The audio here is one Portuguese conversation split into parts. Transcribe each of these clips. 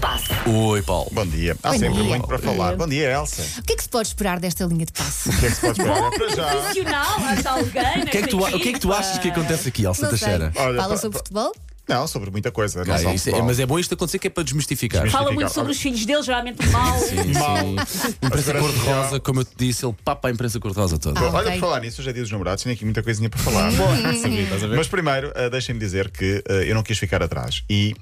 passe. Oi, Paulo. Bom dia. Há Bom sempre dia. muito para falar. Bom dia, Elsa. O que é que se pode esperar desta linha de passe? O que é que se pode esperar? Para já. profissional, acha alguém. O que, é que tu, a- o que é que tu achas que acontece aqui, Elsa Não sei. Teixeira? Olha, Fala pa- sobre pa- futebol? Não, sobre muita coisa. Não Ah, só isso é- futebol. mas é bom isto acontecer que é para desmistificar. Desmistificar. Fala muito sobre os filhos dele, geralmente o mal. Sim, sim. Imprensa Agora, cor-de-rosa, como eu te disse, ele papa a imprensa cor-de-rosa toda. Ah. Olha, ok. por falar nisso, hoje é dia dos namorados, tenho aqui muita coisinha para falar. Mas primeiro, ah, deixem-me dizer que ah, eu não quis ficar atrás. E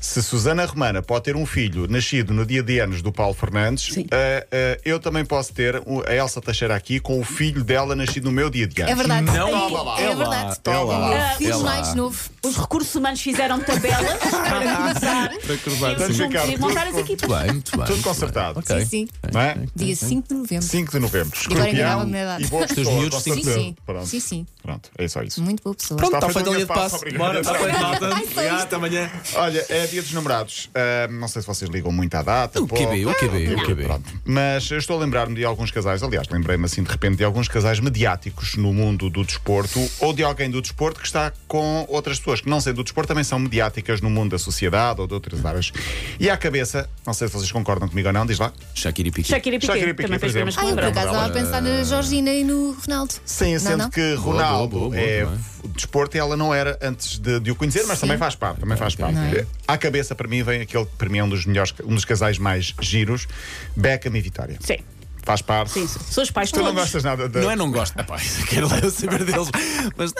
se Susana Romana pode ter um filho nascido no dia de anos do Paulo Fernandes, ah, ah, eu também posso ter o- a Elsa Teixeira aqui com o filho dela nascido no meu dia de anos. É verdade. Não, é, lá, lá, é lá, verdade. é lá, O filho é lá. mais novo. Os recursos humanos fizeram Ah, tabelas para cruzar. Para curvar, e sim. os números Ricardo, e montar as tudo- equipas. Muito bem, muito bem. Tudo consertado. Ok. Sim, sim. Não é? Dia 5 de novembro. 5 de novembro. E agora Escorpião enganava-me a idade. e boa Os teus pessoa, miúdos, com sim, certeza. sim. Pronto. Sim, sim. Pronto, é só isso. Muito boa pessoa. Pronto, Está está feita a linha de passo. obrigado. Bora, está feita a Ai, linha foi Obrigado, isto. até amanhã. Olha, é dia dos namorados. Ah, não sei se vocês ligam muito à data. O pouco. QB, o QB, o QB. Pronto. Mas eu estou a lembrar-me de alguns casais, aliás, lembrei-me assim de repente de alguns casais mediáticos no mundo do desporto ou de alguém do desporto que está com outras pessoas que não sendo do desporto também são mediáticas no mundo da sociedade ou de outras áreas. E à cabeça, não sei se vocês concordam comigo ou não, diz lá. Shakira e Piqué. Shakira e Shakira Piqué e Piqué, também por fez exemplo. problemas Ah, com eu por lembrar. acaso estava a pensar na Georgina e no Ronaldo. Sim, Não, sendo não? que Ronaldo boa, boa, boa, é boa. f- desporto e ela não era antes de, de o conhecer, mas Sim. também faz parte, também faz parte. Não é? À cabeça para mim vem aquele que para mim é um dos melhores, um dos casais mais giros, Beckham e Vitória. Sim, Faz parte. sim, sim. Seus pais Tu não todos. gostas nada da Não é não gosto. Epá, quero lá eu saber deles. Mas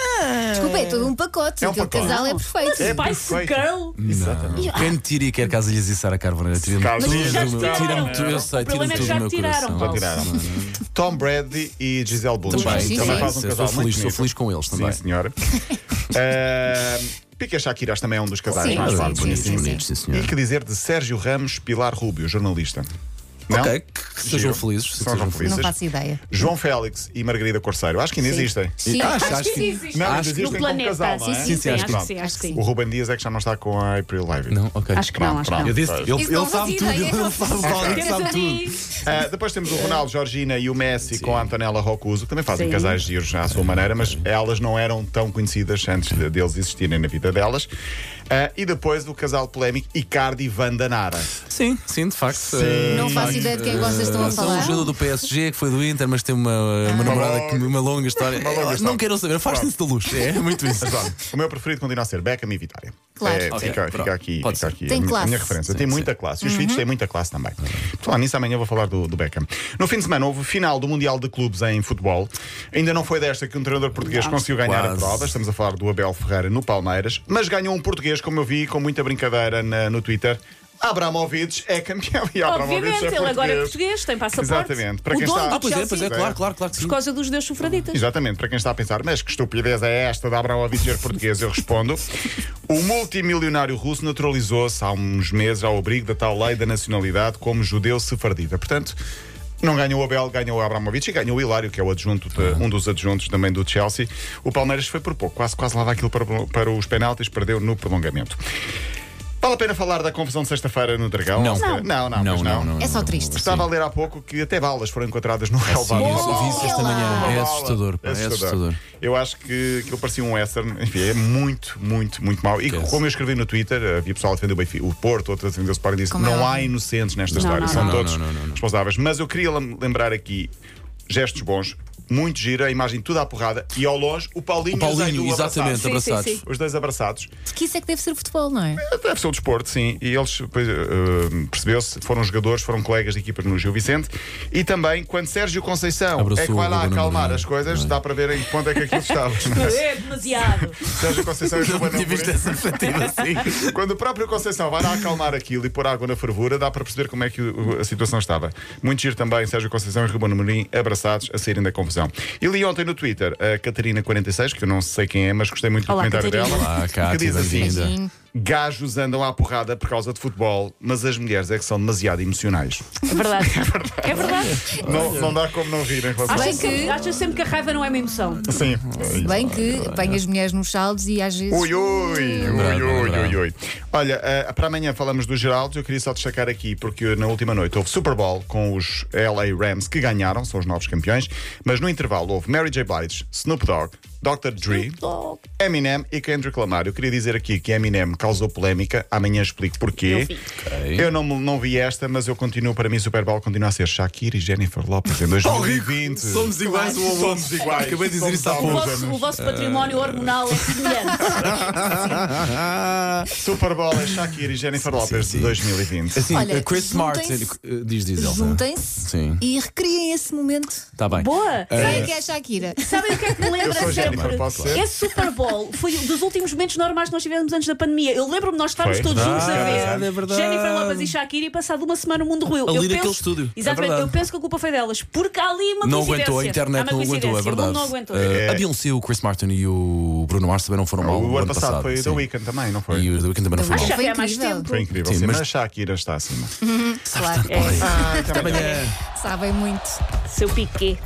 Desculpa, é todo um pacote. É um Aquele pacote. casal é perfeito. É Spice perfeito. Girl. Não. Quem me tira e quer casilhas e Sara Carboneira, tira-me Mas tudo, já do meu- tiraram. tira-me tudo, eu sei, O problema é tira-me que tudo já do meu tiraram, coração. Paulo. Tiraram. Tom Brady e Gisele Bundchen. Também, Sim, também, sim. faz um sim, casal sou muito feliz, sou bonito. feliz com eles também. Sim, senhora. Ah, Piqué Shakira também é um dos casais Sim, mais Ah, sim, fortes. sim, bonitos, sim, bonitos, sim, E senhor. que dizer de Sérgio Ramos, Pilar Rubio, jornalista. Não? Ok, que que sejam Giro. felizes. que Sejam sejam felizes. Não faço ideia. João Félix e Margarida Corseiro. Acho que ainda Sim. existem. Sim, Ah, acho acho que que sim. Existe Não, Acho mas que existem No como planeta. casal, não é? Sim, Sim, sim, sim, sim, acho acho que que sim, sim. acho que sim. O Ruben Dias é que já não está com a April Live. Não, ok. Acho que não, acho que Pronto, não. Eu disse, ele, Isso não ele sabe fazia tudo, ideia. ele sabe, o Paulo Temos sabe tudo. ali- Ah, depois temos o Ronaldo, Georgina e o Messi com a Antonella Rocuso, que também fazem Sim. casais giros à sua maneira, mas elas não eram tão conhecidas antes de- deles existirem na vida delas. Ah, e depois o casal polémico Icardi e Vanda Nara. Sim, sim, de facto. Sim. eh, Não faço ideia de quem vocês estão a São um falar. jogador do PSG que foi do Inter, mas tem uma, uma namorada longa- que uma longa história. Ah. uma longa Eh, história. não quero saber, afastem-se da luz. É, é muito isso. Mas olha, o meu preferido continua a ser Beckham e Vitória. Claro. É, Ok, fica, pronto. fica aqui, Pode fica ser. aqui Tem a, minha- a classe. minha referência. Sim, Tem sim. muita classe. E os filhos têm muita classe também. Falar nisso, amanhã vou falar do, do Beckham. No fim de semana houve final do Mundial de Clubes em futebol. Ainda não foi desta que um treinador português conseguiu ganhar a Ah, Quase. prova. Estamos a falar do Abel Ferreira no Palmeiras. Mas ganhou um português, como eu vi, com muita brincadeira na- no Twitter. Abramovich é campeão e Abramovich Obviamente, é ele agora é português, tem passaporte. Exatamente. Para o quem dono está- do Ah, pois é, pois é, Chelsea, claro, claro, claro que sim. Por causa dos deus sofraditas. Exatamente, para quem está a pensar, mas que estupidez é esta de Abramovich ser português? Eu respondo: o multimilionário russo naturalizou-se há uns meses ao abrigo da tal lei da nacionalidade como judeu sefardita. Portanto. Não ganhou o Abel, ganhou o Abramovich e ganhou o Hilário, que é o adjunto de- um dos adjuntos também do Chelsea. O Palmeiras foi por pouco, quase, quase lá dá aquilo para, para os penaltis, perdeu no prolongamento. Vale a pena falar da confusão de sexta-feira no Dragão? Não. não, não, não. pois não. É só triste. Estava a ler há pouco que até balas foram encontradas no relvado. Ah, Sim, Uma isso, vi isso esta manhã. uma É bala. assustador, pá, é assustador. Eu acho que aquilo parecia um western. Enfim, é muito, muito, muito mau. E Esquece. como eu escrevi no Twitter, havia pessoal a defender o, Benfica, o Porto, outro a defender o Sporting, disse que Como é não há óbvio. inocentes nesta Não, história. não, São não. todos Não, não, não, não. responsáveis. Mas eu queria lem- lembrar aqui gestos bons. Muito gira, a imagem toda à porrada. E ao longe, o Paulinho, O e o Zaidu Paulinho, abraçados. exatamente, Sim, sim, abraçados. sim. Os dois abraçados. Porque isso é que deve ser futebol, não é? Deve ser o desporto, sim. E eles, depois, eh, eh, percebeu-se, foram jogadores, foram colegas de equipas no Gil Vicente. E também, quando Sérgio Conceição Abraçou é que vai o lá Ruben acalmar Amorim, as coisas, não é? dá para ver em que ponto é que aquilo estava. não é? É demasiado. Sérgio Conceição e Não Ruben tinha visto Amorim. essa partida assim. Quando o próprio Conceição vai lá acalmar aquilo e pôr água na fervura, dá para perceber como é que o- o- a situação estava. Muito giro também, Sérgio Conceição e Ruben Amorim abraçados a saírem da confusão. E li ontem no Twitter a Catarina46, que eu não sei quem é, mas gostei muito do Olá, comentário Catarina. dela. Olá, Cátia, que diz assim: bem-vinda. Sim. Gajos andam à porrada por causa de futebol, mas as mulheres é que são demasiado emocionais. É verdade. É verdade. Não, não dá como não rir em relação a Achas, isso. que... achas sempre que a raiva não é uma emoção. Sim. Bem que apanha as mulheres nos saldos e às vezes. Ui, ui, ui, É Bravo, ui, ui, bravo. ui. Olha, eh, para amanhã falamos do Geraldo. Eu queria só destacar aqui, porque na última noite houve Super Bowl com os LA Rams que ganharam, são os novos campeões. Mas no intervalo houve Mary J. Blige, Snoop Dogg, Dr. Dre, Eminem e Kendrick Lamar. Eu queria dizer aqui que Eminem causou polémica. Amanhã explico porquê. Eu não, me- não vi esta, mas eu continuo, para mim, Super Bowl continua a ser Shakira e Jennifer Lopez em Paulo Oh, Rico, 2020. somos iguais um ao outro. Somos iguais. Acabei de dizer Somos isso há O pouco. vosso, o vosso património hormonal é semelhante. Ah. Super Bowl é Shakira e Jennifer Lopez sim. de 2020. Assim, Olha, eh, Chris Martin. juntem-se- eh, Diz, diz Elsa. Juntem-se Sim. e recriem esse momento. Está bem. Boa! Sabe o que é a Shakira? Sabem o que é que me Eu lembra sou Jennifer, sempre? posso ser? Esse Super Bowl foi um dos últimos momentos normais que nós tivemos antes da pandemia. Eu lembro-me de nós estarmos Foi. todos juntos a Verdade, ver. Ah, é verdade. Jennifer Lopez e Shakira e passado uma semana o mundo ruiu. Ali Eu naquele estúdio, é Exatamente, eu verdade. penso que a culpa foi delas. Porque há ali é uma Não coincidência. aguentou, a Há internet uma não aguentou, é coincidência, o verdade. mundo não aguentou. Eh, A Beyoncé, o Chris Martin e o Bruno Mars também não foram mal. É. O ano passado foi sim. The Weeknd também, não foi? E o The Weeknd também não foi Acho que mal. já Foi foi há mais incrível. tempo. Foi incrível. Sim, Sim, mas- mas... a Shakira está acima. Claro, É, Até amanhã. sabem muito. seu piquê.